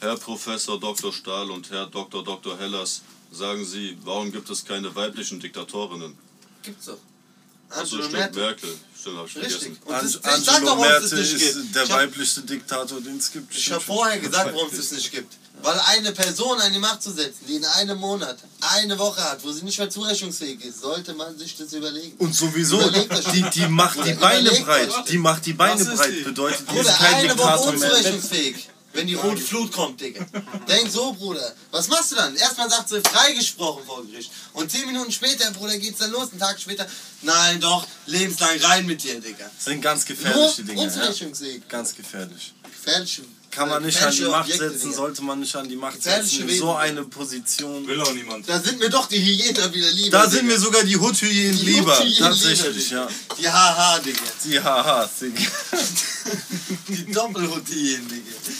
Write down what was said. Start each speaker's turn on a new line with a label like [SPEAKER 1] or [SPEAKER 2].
[SPEAKER 1] Herr Professor Dr. Stahl und Herr Dr. Dr. Hellers, sagen Sie, warum gibt es keine weiblichen Diktatorinnen?
[SPEAKER 2] Gibt's doch.
[SPEAKER 1] Also
[SPEAKER 2] Angela
[SPEAKER 1] stimmt,
[SPEAKER 2] Merkel.
[SPEAKER 1] Merkel. Stimmt, hab ich vergessen.
[SPEAKER 2] Richtig. Und das,
[SPEAKER 3] An-
[SPEAKER 2] ich sag doch, warum es das nicht
[SPEAKER 3] ist
[SPEAKER 2] gibt.
[SPEAKER 3] der
[SPEAKER 2] Ich hab,
[SPEAKER 3] weiblichste Diktator, den es gibt.
[SPEAKER 2] ich hab vorher gesagt, warum es das nicht gibt. Weil eine Person an die Macht zu setzen, die in einem Monat eine Woche hat, wo sie nicht mehr zurechnungsfähig ist, sollte man sich das überlegen.
[SPEAKER 3] Und sowieso,
[SPEAKER 2] Überlegt euch
[SPEAKER 3] die, die macht die
[SPEAKER 2] Überlegt
[SPEAKER 3] Beine
[SPEAKER 2] euch.
[SPEAKER 3] breit. Die macht die Beine
[SPEAKER 4] Was ist die?
[SPEAKER 3] breit. Bedeutet, die ist
[SPEAKER 2] Bruder,
[SPEAKER 3] kein
[SPEAKER 2] eine Woche
[SPEAKER 3] Diktator mehr.
[SPEAKER 2] unzurechnungsfähig. Wenn die rote Flut kommt, Digga. Denk so, Bruder. Was machst du dann? Erstmal sagt sie freigesprochen vor Gericht. Und zehn Minuten später, Bruder, geht's dann los. Einen Tag später. Nein, doch, lebenslang rein mit dir, Digga.
[SPEAKER 3] Das sind ganz
[SPEAKER 2] Nur
[SPEAKER 3] gefährliche Dinge. Ja.
[SPEAKER 2] Unzurechnungsfähig.
[SPEAKER 3] Ganz gefährlich.
[SPEAKER 2] Gefährliche.
[SPEAKER 3] Kann man
[SPEAKER 2] äh,
[SPEAKER 3] nicht an die
[SPEAKER 2] gefährliche
[SPEAKER 3] Macht
[SPEAKER 2] Objekte,
[SPEAKER 3] setzen,
[SPEAKER 2] Digga.
[SPEAKER 3] sollte man nicht an die Macht
[SPEAKER 2] Gefährliche
[SPEAKER 3] setzen.
[SPEAKER 2] Wesen.
[SPEAKER 3] So eine Position.
[SPEAKER 4] Will auch niemand.
[SPEAKER 2] Da sind mir doch die Hyänen wieder lieber.
[SPEAKER 3] Da sind
[SPEAKER 2] Digga.
[SPEAKER 3] mir sogar die Huthyänen
[SPEAKER 2] Die
[SPEAKER 3] lieber.
[SPEAKER 2] Huthyänen
[SPEAKER 3] Tatsächlich,
[SPEAKER 2] lieber,
[SPEAKER 3] ja.
[SPEAKER 2] Digga. Die Haha, Digga.
[SPEAKER 3] Die Haha, Digga.
[SPEAKER 2] Die Doppelhyänen, Digga.